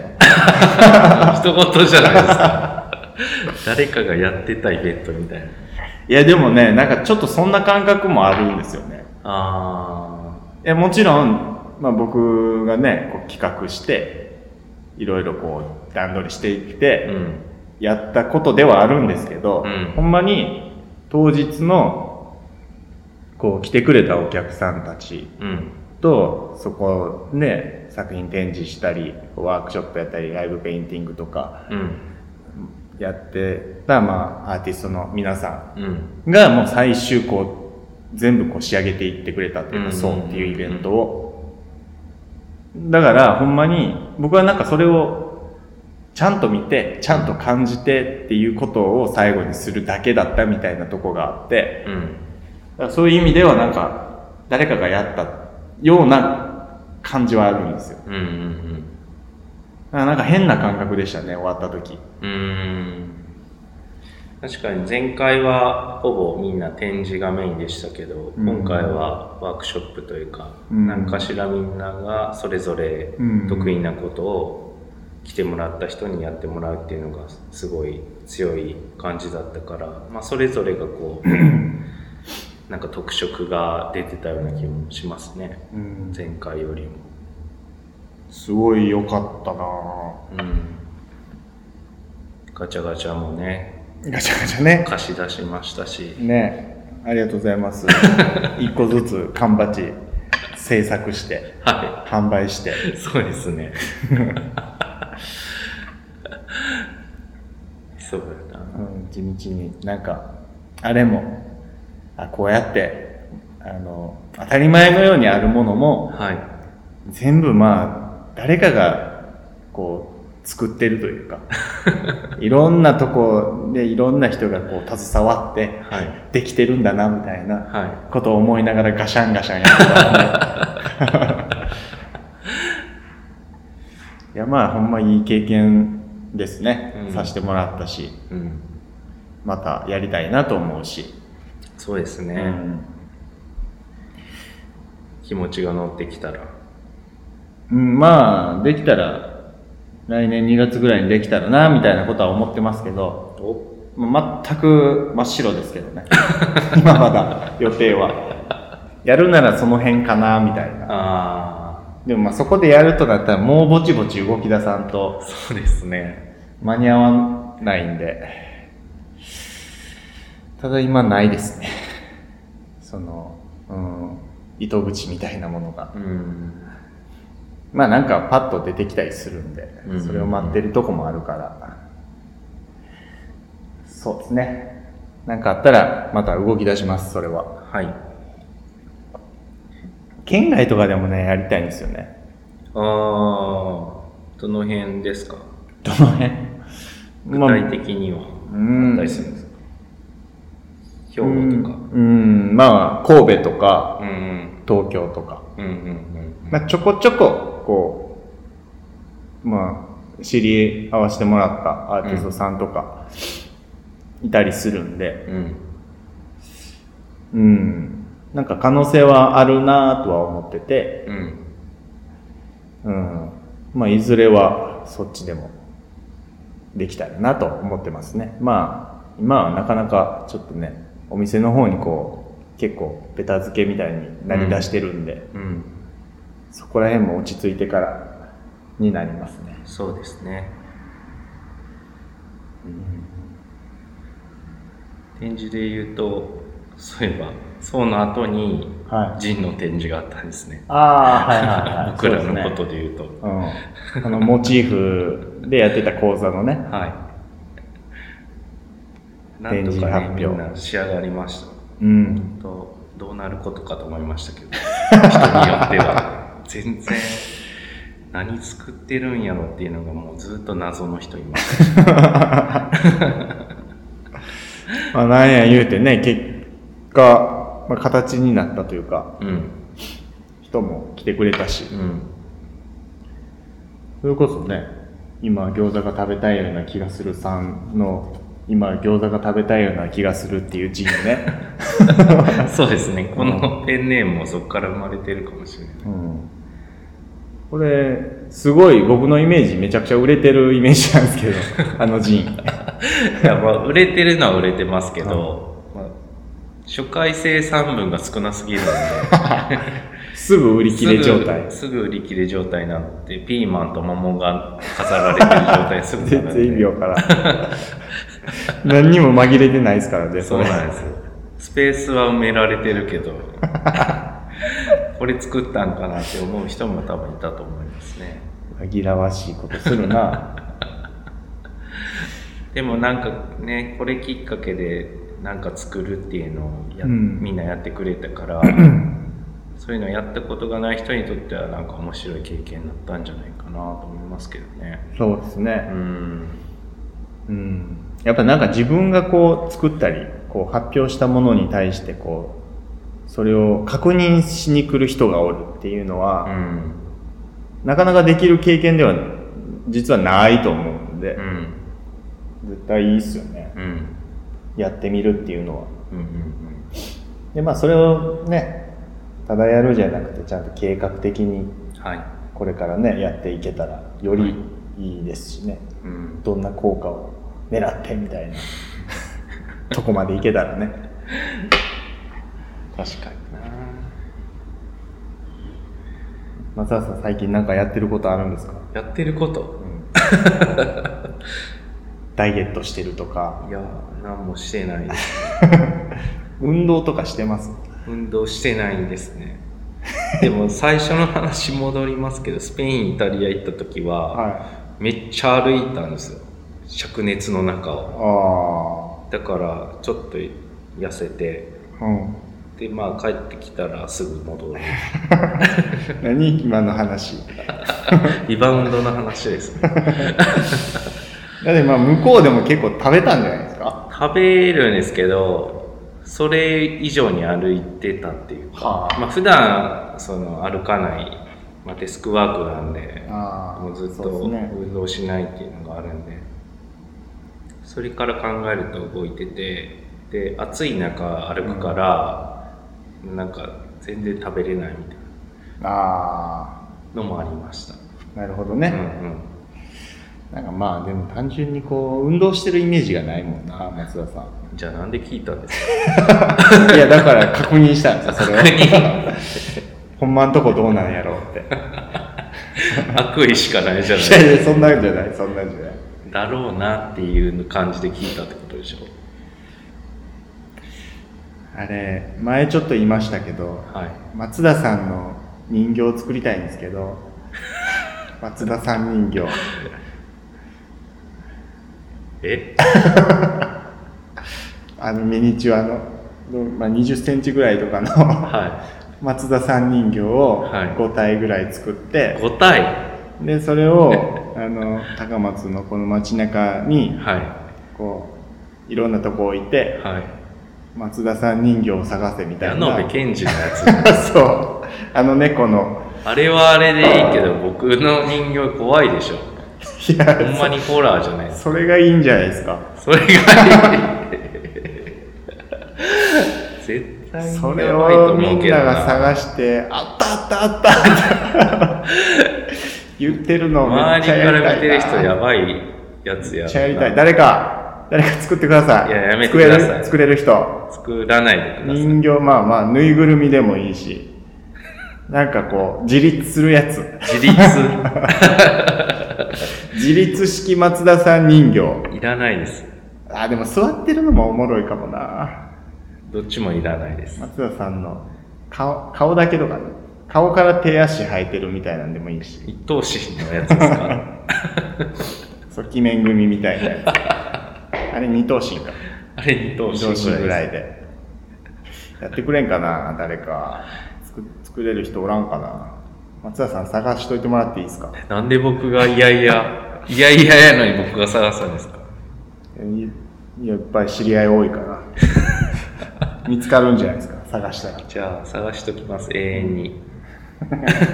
B: 一言じゃないですか (laughs) 誰かがやってたイベントみたいない
A: や、でもね、なんかちょっとそんな感覚もあるんですよね。
B: あ
A: いやもちろん、まあ、僕がね、こう企画して、いろいろこう段取りしていっ
B: あ
A: て、
B: うん
A: やったことではあるんですけど、
B: うん
A: ほんまに当日のこう来てくれたお客さんたち
B: うん
A: とそこで作品展示したりワークショップやったりライブペインティングとか
B: うん
A: やってた、まあ、アーティストの皆さ
B: うん
A: んがもう最終こう全部こう仕上げていってくれたというか、
B: うん
A: そうっていうイベントをだからほんまに僕はなんかそれをちゃんと見てちゃんと感じてっていうことを最後にするだけだったみたいなとこがあって
B: うん
A: だからそういう意味ではなんか誰かがやったような感じはあるんですよだか
B: うん
A: らなんか変な感覚でしたね終わった時
B: うんうん確かに前回はほぼみんな展示がメインでしたけど、
A: うん
B: 今回はワークショップというか、
A: うん
B: 何かしらみんながそれぞれ
A: うん
B: 得意なことを来てもらった人にやってもらうっていうのがすごい強い感じだったから、まあ、それぞれがこ
A: (laughs)
B: うなんか特色が出てたような気もしますね
A: うん
B: 前回よりも。
A: すごい良かったな
B: うんガチャガチャもね
A: ガチャガチャね。
B: 貸し出しましたし
A: ねありがとうござい (laughs) ます。一個ずつ缶バッジ制作して、
B: はい
A: 販売して。
B: そうですね。 (laughs) そうだな。
A: うん、地道になんか、あれも、あ、こうやって、あの、当たり前のようにあるものも、
B: はい。
A: 全部まあ、誰かが、こう、作ってると
B: (laughs)
A: いうか、いろんなとこでいろんな人がこう、携わって、
B: はい。
A: できてるんだな、みたいな
B: は
A: ことを思いながらガシャンガシャンやってた
B: (laughs)
A: んで。いや、まあ、ほんまいい経験ですね。
B: うん
A: させてもらったし、
B: い。うん。
A: またやりたいなと思うし。
B: そうですね。
A: うん
B: 気持ちが乗ってきたら。
A: うん、まあ、できたら、来年2月ぐらいにできたらな、みたいなことは思ってますけど、
B: お
A: まあ全く真っ白ですけど
B: (laughs)
A: ね。今まだ予定は。やるならその辺かな、みたいな。
B: あ
A: でもまあそこでやるとなったらもうぼちぼち動き出さん
B: あ、
A: と
B: そうですね。
A: 間に合わないんで。ただ今ないですね。その、うん、糸口みたいなものが
B: う。ん。
A: まあなんかパッと出てきたりするんで
B: う、ん
A: それを待ってるとこもあるから。そうですね。なんかあったらまた動き出します、それは。
B: はい。
A: 県外とかでもね、やりたいんですよね。
B: ああ、どの辺ですか
A: どの辺
B: 具体的には。
A: うん
B: あったりするんですか兵庫とか。
A: うん、うんまあ神戸とか
B: うん。
A: 東京とか、
B: うんうんうん。
A: まあ、ちょこちょここうまあ知り合わせてもらったアーティストさんとかいたりするんで
B: うん。
A: うん、なんか可能性はあるなとは思ってて、
B: うん。
A: うん、まあいずれはそっちでもできたらなと思ってますねまあ今はなかなかちょっとねお店の方にこう結構ベタ付けみたいになりだしてるんで、
B: うん。
A: そこら辺も落ち着いてからになりますね。
B: そうですね。展示で言うと、そういえば、そうの後に、
A: はい。
B: ジンの展示があったんですね。
A: ああ、はいはいはい。 (laughs)
B: 僕らのこ
A: そう
B: とで言うと。
A: ですね。うん。あの、モチーフでやってた講座のね。
B: はい。な
A: 展
B: んと
A: 示
B: か
A: 発
B: ね、
A: 表
B: みんな仕上がりました。
A: うん。
B: とどうなることかと思いましたけど、人によっては。全然、何作ってるんやろっていうのがもうずっと謎の人います。
A: まあ、なんや言うてね、結果、まあ、形になったと (laughs) いうか、
B: うん。
A: 人も来てくれたし、
B: うん。
A: それこそね、今餃子が食べたいような気がするさんの、今餃子が食べたいような気がするっていう字の (laughs) ね、
B: そうですね。このペンネームもそこから生まれてるかもしれない。
A: うんこれ、すごい僕のイメージめちゃくちゃ売れてるイメージなんですけど、 (laughs) あのジン。
B: いや、まあ、売れてるのは売れてますけど、まあ初回生産分が少なすぎるの
A: すぐ (laughs) 売
B: で、
A: り切れ状態。
B: すぐすぐ売り切れ状態なので、ピーマンと桃が飾られてる状態すぐ
A: 全
B: なの
A: 然意味
B: で、
A: わからん。 (laughs) 何にも紛れてないですからね、
B: そうなんですよ。スペースは埋められてる
A: (laughs)
B: けど、これ作ったんかなって思う人も多分いたと思いますね。
A: 紛らわしいことするな。
B: でもなんかねこれきっかけでなんか作るっていうのをや、
A: うん
B: みんなやってくれたからそういうのやったことがない人にとってはなんか面白い経験だったんじゃないかなと思いますけどね
A: (laughs) そうです
B: う
A: ね。
B: ん
A: うん。やっぱなんか自分がこう作ったり、こう発表したものに対してこう、それを確認しに来る人がおるっていうの
B: う
A: は、
B: ん
A: なかなかできる経験では実はないと思うんで、
B: うん
A: 絶対いいっすよね。
B: うん
A: やってみるっていうのは。
B: うんうん
A: で、まあそれをね、ただやるじゃなくて、ちゃんと計画的に
B: うん。はい。
A: これからね、やっていけたら、よりいいですしね、
B: うん。
A: どんな効果を狙ってみたいなとこまでいけたらね。確かに。松田さん、最近なんかやってることあるんですか、
B: やってること。
A: (laughs) ダイエットしてるとか、
B: いや、何もしてないです。
A: 運動とかしてます
B: 運動してないんですね。でも最初の話戻りますけど、スペイン、イタリア行った時は、
A: は
B: めっちゃ歩いたんですよ。灼熱の中
A: い。
B: を。
A: あ
B: だから、ちょっと痩せて、
A: あ。うん。
B: で、まあ帰ってきたらすぐ戻る。
A: 何今の話。
B: リバウンドの話ですね。
A: だってまあ向こうでも結構食べたんじゃないですか
B: 食べるんですけど、それ以上に歩いてたっていうか、
A: はあ
B: まあ普段その歩かない、まあ、デスクワークなんで、
A: あ
B: もうずっと
A: そうですね。
B: 運動しないっていうのがあるんでそれから考えると動いててで暑い中歩くから、なんか全然食べれないみたい
A: あ
B: なのもありました、
A: あ、なるほど
B: うん
A: ね。
B: うん
A: なんかまあでも単純にこう、運動してるイメージがないもんな、松田さん。
B: じゃあなんで聞いたんです
A: (laughs) いや、だから確認したんですよ、それ
B: 確
A: は。 (laughs) ほんまんとこどうなんやろうって。
B: か (laughs) 悪意しかないじゃない
A: (laughs) いやいや、そんなんじゃない、そんなんじゃない。
B: だろうなっていう感じで聞いたってことでしょ
A: あれ、前ちょっと言いましたけど、
B: はい
A: 松田さんの人形を作りたいんですけ (laughs) ど松田さん人形
B: え
A: あのミニチュアの、まあ、2 0センチぐらいとか (laughs) の
B: は
A: 松田さん人形を
B: はい
A: 5体ぐらい作って
B: い、答え
A: でそれをあの高松のこの街中に
B: は
A: こういろんなとこ置い
B: い
A: て
B: はい
A: 松田さん人形を探せみた
B: 矢
A: いな
B: 野部賢治のや
A: (laughs)
B: つ
A: そうあの猫の
B: あれはあれでいいけど、僕の人形怖いでしょ。
A: いや
B: ほんまにホラーじゃないです。
A: それがいいんじゃないですか
B: それがいい。絶対に
A: それ
B: やばいと
A: をみ
B: 思うんけど
A: なが
B: な。
A: 探して、あったあったあったあ
B: (laughs)
A: った言ってるのめっ
B: 周
A: ちゃ
B: り
A: や
B: か
A: りたいな。
B: ら見てる人やばいやつや
A: めっ
B: な。
A: ちゃやりたい。誰か、誰か作ってください。
B: いややめてくださ
A: 作れ
B: い
A: る作れる人。
B: 作らないでください。
A: 人形、まあまあ、ぬいぐるみでもいいし、なんかこう、自立するやつ。
B: 自立
A: 自立式松田さん人形。
B: いらないです。
A: あ、でも座ってるのもおもろいかもな。
B: どっちもいらないです。
A: 松田さんの顔、顔だけとかね。顔から手足生えてるみたいなんでもいいし。
B: 一等身のやつですか
A: 側面組みたいなやつあれ二等身か
B: あれ二等
A: 二等
B: 身
A: 身
B: ぐ
A: ぐ
B: ら
A: ら
B: い
A: い
B: で
A: でやってくれんかな誰か作作れる人おらんかな松田さん探しといてもらっていいですか
B: す。なんで僕がいやいや、いやいややのに僕が探すんですか
A: いいやいっぱい知り合い多いから (laughs) 見つかるんじゃないですか探したら
B: じゃあ探しときます永遠に (laughs)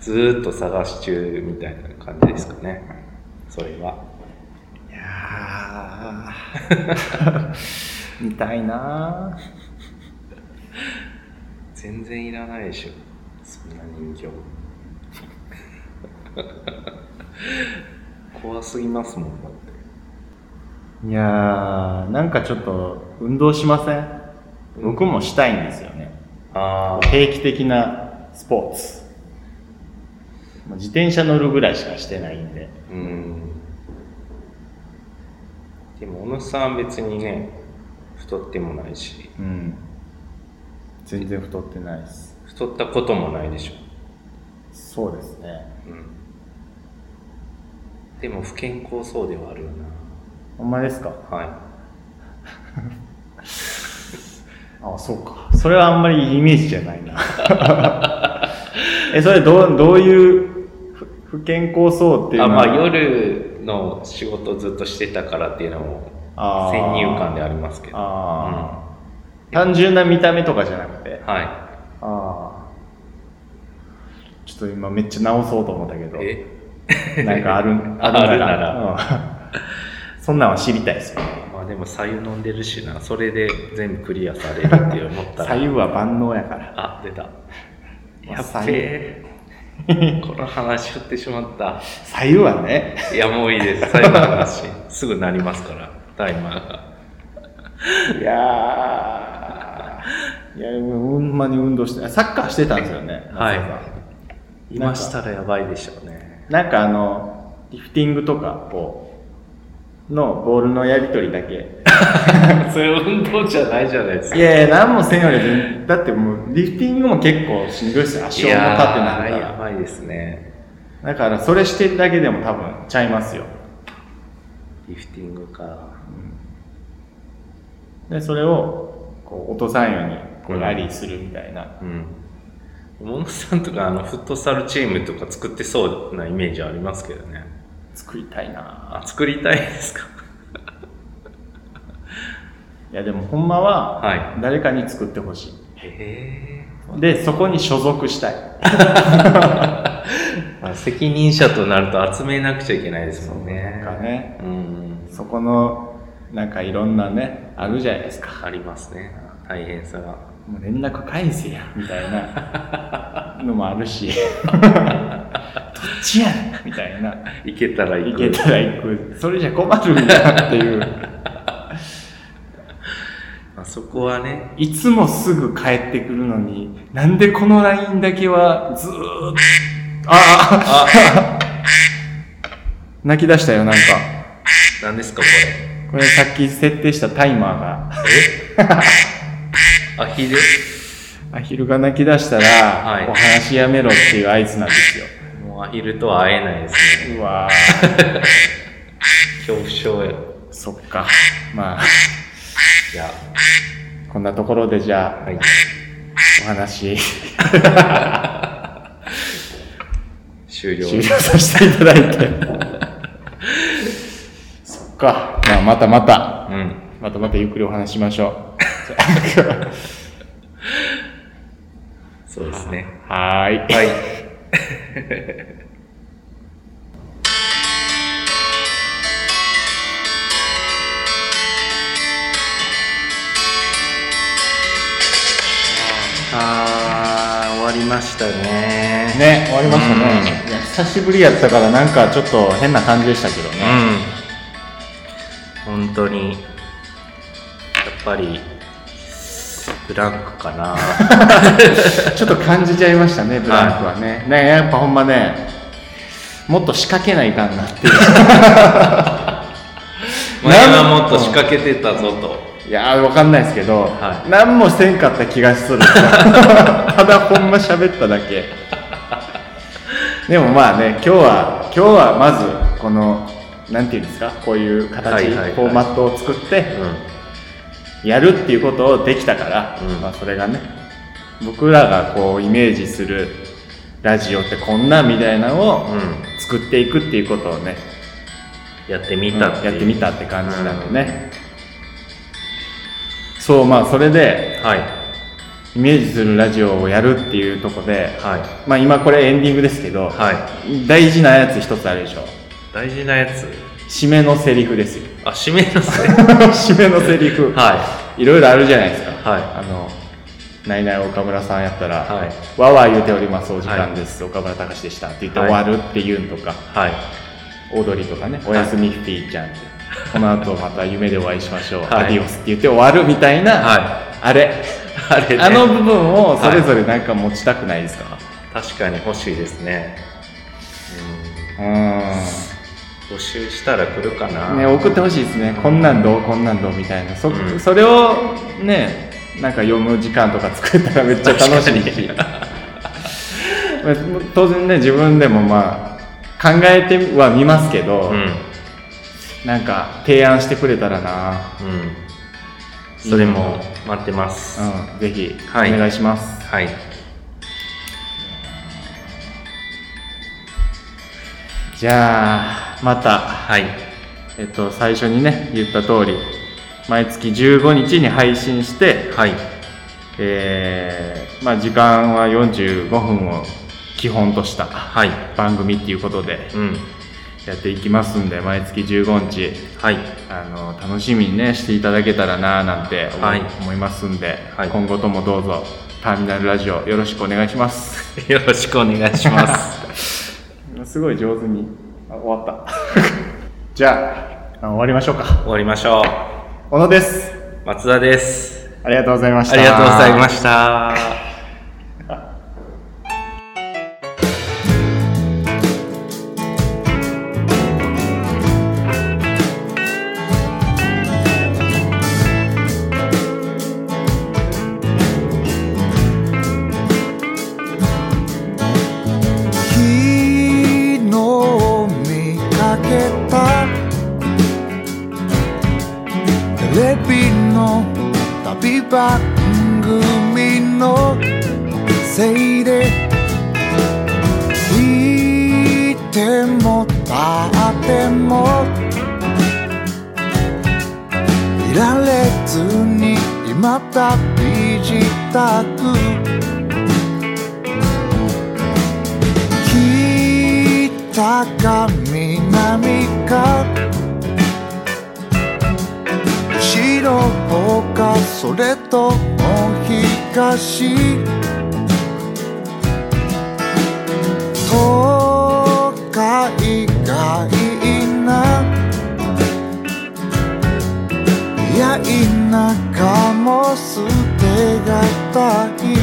B: ずーっと探し中みたいな感じですかねそれはい
A: や (laughs) ー見たいな
B: 全然いらないでしょそんな人形 (laughs) 怖すぎますもんだって
A: いやーなんかちょっと運動しません僕もしたいんですよね
B: あ
A: 定期的なスポーツまあ自転車乗るぐらいしかしてないんで
B: うんでも小野さんは別にね太ってもないし
A: うん全然太ってないです
B: 太ったこともないでしょ
A: そうですね
B: うんでも不健康そうではあるよ
A: ほんまですか
B: なは
A: あそうかそれはあんまりイメージじゃないな (laughs) えそれどうどういうふ不健康そうって
B: い
A: いう
B: あ
A: の
B: ま
A: は
B: あ夜の仕事ずっとしてたからっていうのも
A: あー
B: 先入観でありますけど
A: あー単純な見た目とかじゃなくて
B: うんは
A: ああちょっと今めっちゃ直そうと思ったけど
B: いえ (laughs)
A: なんかある
B: あるなら (laughs)
A: ら、うんそんなんは知りたいですよね。
B: まあでも、左右飲んでるしな、それで全部クリアされるって思った
A: (laughs) 左
B: ら、
A: 右は万能やから。
B: あ、出た。や
A: 白
B: っべえ。この話振ってしまった。
A: 左右はね、
B: いや、もういいです。最後の話。すぐなりますから、タイマーが。
A: いやー、いや、ほんまに運動して、サッカーしてたんですよね、
B: はい
A: 夏場
B: いましたらやばいでしょうね。
A: なんかあの、リフティングとかを、のボールのやりとりだけ。
B: (laughs) それ運動じゃないじゃないですか。
A: いやいや、何もせんより全、だってもう、リフティングも結構しんどいっすよ、足を重たってなる
B: い
A: か
B: やーや
A: ら。
B: ばいですね。
A: だから、それしてるだけでも多分、ちゃいますよ。
B: リフティングか。
A: で、それを、こう、落とさんように、こう、ラリーするみたいな。
B: うん。小野さんとかあのフットサルチームとか作ってそうなイメージありますけどね。
A: 作りたいな
B: あ、作りたいですか
A: ぁいや、でも、ほんまは、
B: は
A: 誰かに作ってほしい。
B: へ
A: で、そこに所属したい。
B: え。責任者となると集めなくちゃいけないですもんね。
A: なんかね。
B: うん。
A: そこの、なんかいろんなね、あるじゃないですか。
B: ありますね。大変さが。
A: もう連絡返せや、みたいなのもあるし、どっちやねんみたいな。
B: いけたら行
A: 行
B: く。
A: けたら行く。それじゃ困るんだっていう。
B: まあ、そこはね、
A: いつもすぐ帰ってくるのに、なんでこの LINE だけはずーっと、ああ泣き出したよ、なんか。
B: 何ですかこ
A: こ
B: れ。
A: れさっき設定したタイマーが、 (laughs)
B: (laughs) アヒル
A: アヒルが泣き出したら、
B: はい
A: お話やめろっていう合図なんですよ。
B: もうアヒルとは会えないですね。
A: うわー。
B: 恐怖症や。
A: (laughs) そっか。まあ、
B: いや、
A: こんなところでじゃあ、
B: はい。
A: お話、
B: 終了。
A: 終了させていただいて。 (laughs) そっか。まあ、またまた、
B: うん。
A: またまたゆっくりお話ししましょ
B: そうですね。
A: う。はーい。
B: はい。あー、終わりましたね。
A: ね、終わりましたね。いや久しぶりやったから、なんかちょっと変な感じでしたけどね。
B: うん。本当に、やっぱり、ブランクかな。
A: ちょっと感じちゃいましたね、ブランクはね。ね、やっぱほんまね、もっと仕掛けないかんなっていう。
B: (laughs) 前はもっと仕掛けてたぞと。
A: いやー、わかんないですけど、
B: はい
A: 何もせんかった気がする。 (laughs) ただほんま喋っただけ。でもまあね、今日は、今日はまず、この、なんていうんですか、こういう形、
B: はいはいはい
A: フォーマットを作って、やるっていうことをできたから、
B: うん
A: まあそれがね、僕らがこうイメージするラジオってこんなみたいなの
B: うん。
A: を
B: うん。
A: 作っていくっていうことをね、
B: やってみた
A: う
B: っ
A: ん
B: てい
A: や
B: う、
A: ってみたって感じなんでね。そう、まあそれで、
B: はい。
A: イメージするラジオをやるっていうとこで、
B: はい。
A: まあ今これエンディングですけど、
B: はい。
A: 大事なやつ一つあるでしょ。
B: 大事なやつ。
A: 締めのセリフ
B: (laughs)
A: ですよ。
B: あ、締めなさい。
A: 締めのセリフ。。
B: はい
A: ろいろあるじゃないですか。
B: はい
A: あの、ないない岡村さんやったら、
B: はい
A: わわ言うております、お時間です、岡村隆史でしたって言って終わるっていうんとか、
B: い。はい。
A: オードリーとかね、おやすみフィーちゃん
B: (laughs)
A: って、この後また夢でお会いしましょう、
B: はい
A: アディオスって言って終わるみたいな、
B: は
A: あれ、
B: あれ、ね、
A: あの部分をそれぞれなんか持ちたくないですか、
B: 確かに欲しいですね。
A: うーん。
B: うん。募集したら来るかな。
A: ね、送ってほしいですね、こんなんどう、こんなんどうみたいな、そ,、
B: うん
A: それをね、なんか読む時間とか作ったらめっちゃ楽しいし、 (laughs) まあ当然ね、自分でもまあ、考えてはみますけど、
B: うん。
A: なんか提案してくれたらな、
B: うん。それも待ってます。
A: うん、ぜひお
B: はい
A: 願いします。
B: はい。
A: じゃあ、また、
B: はい。
A: えっと、最初にね、言った通り、毎月15日に配信して、
B: はい。
A: えーまあ、時間は45分を基本とした
B: はい。
A: 番組っていうことで、
B: うん。
A: やっていきますんで、毎月15日、
B: はい。
A: あの、楽しみにね、していただけたらなぁなんて思,、
B: はい
A: 思いますんで、
B: はい
A: 今後ともどうぞ、ターミナルラジオよろしくお願いします。
B: (laughs) よろしくお願いします。
A: (laughs) すごい上手に、あ終わった。 (laughs) じゃああ、終わりましょうか。
B: (laughs) 終わりましょ
A: 小野です。
B: う。松田です。
A: ありがとうございました。
B: ありがとうございました。
C: 昨日見かけたテレビの旅番組のせいでいてもたってもいられずに今旅自宅北か南か後ろかそれとも東東海がいいないや田舎も捨てがたい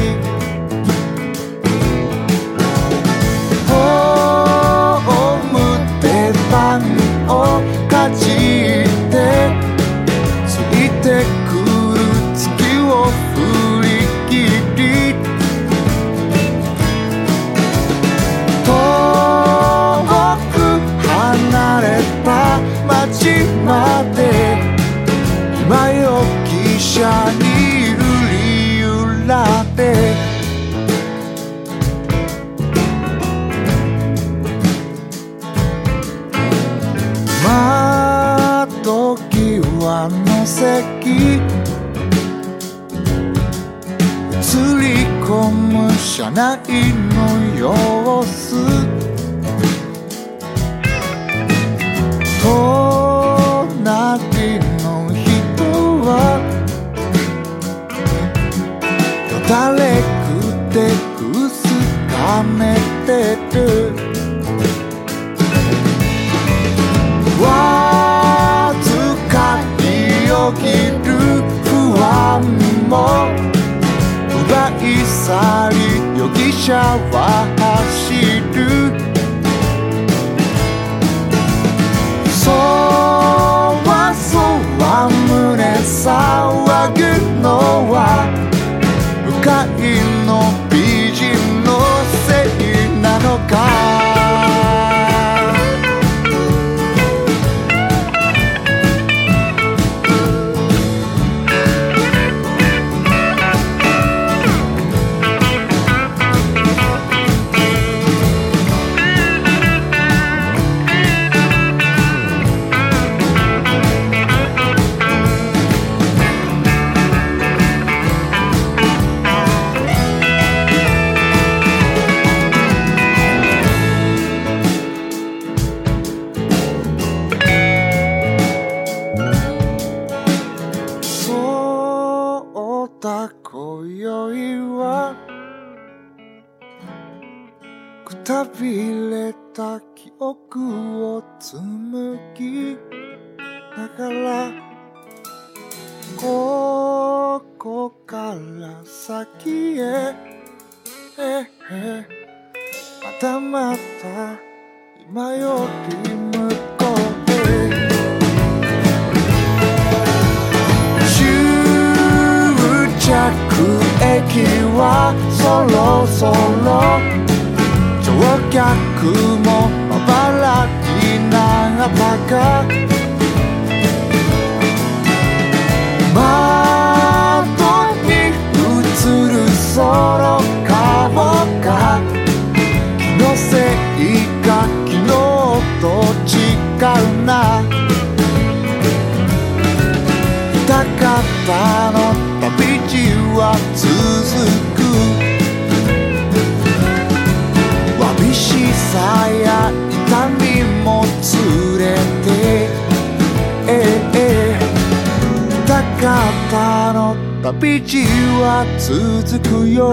C: ホームでパンをかじってついてくる月を振り切り遠く離れた街まで今よ汽車に揺り揺らって窓際の席映り込む車内の様子隣の人はよだれくてくすかめてるわずかによぎる不安も奪い去り容疑者は走るそわそわ胸騒ぐのは向かいの美人のせいなのかそうだ今宵はくたびれた記憶を紡ぎながらここから先へええまたまた今より向こうへ終着駅はそろそろ乗客もまばらになったか窓に映るその顔が気のせいか昨日と違うな高田の旅路は続くわびしさや痛みも募旅路は続くよ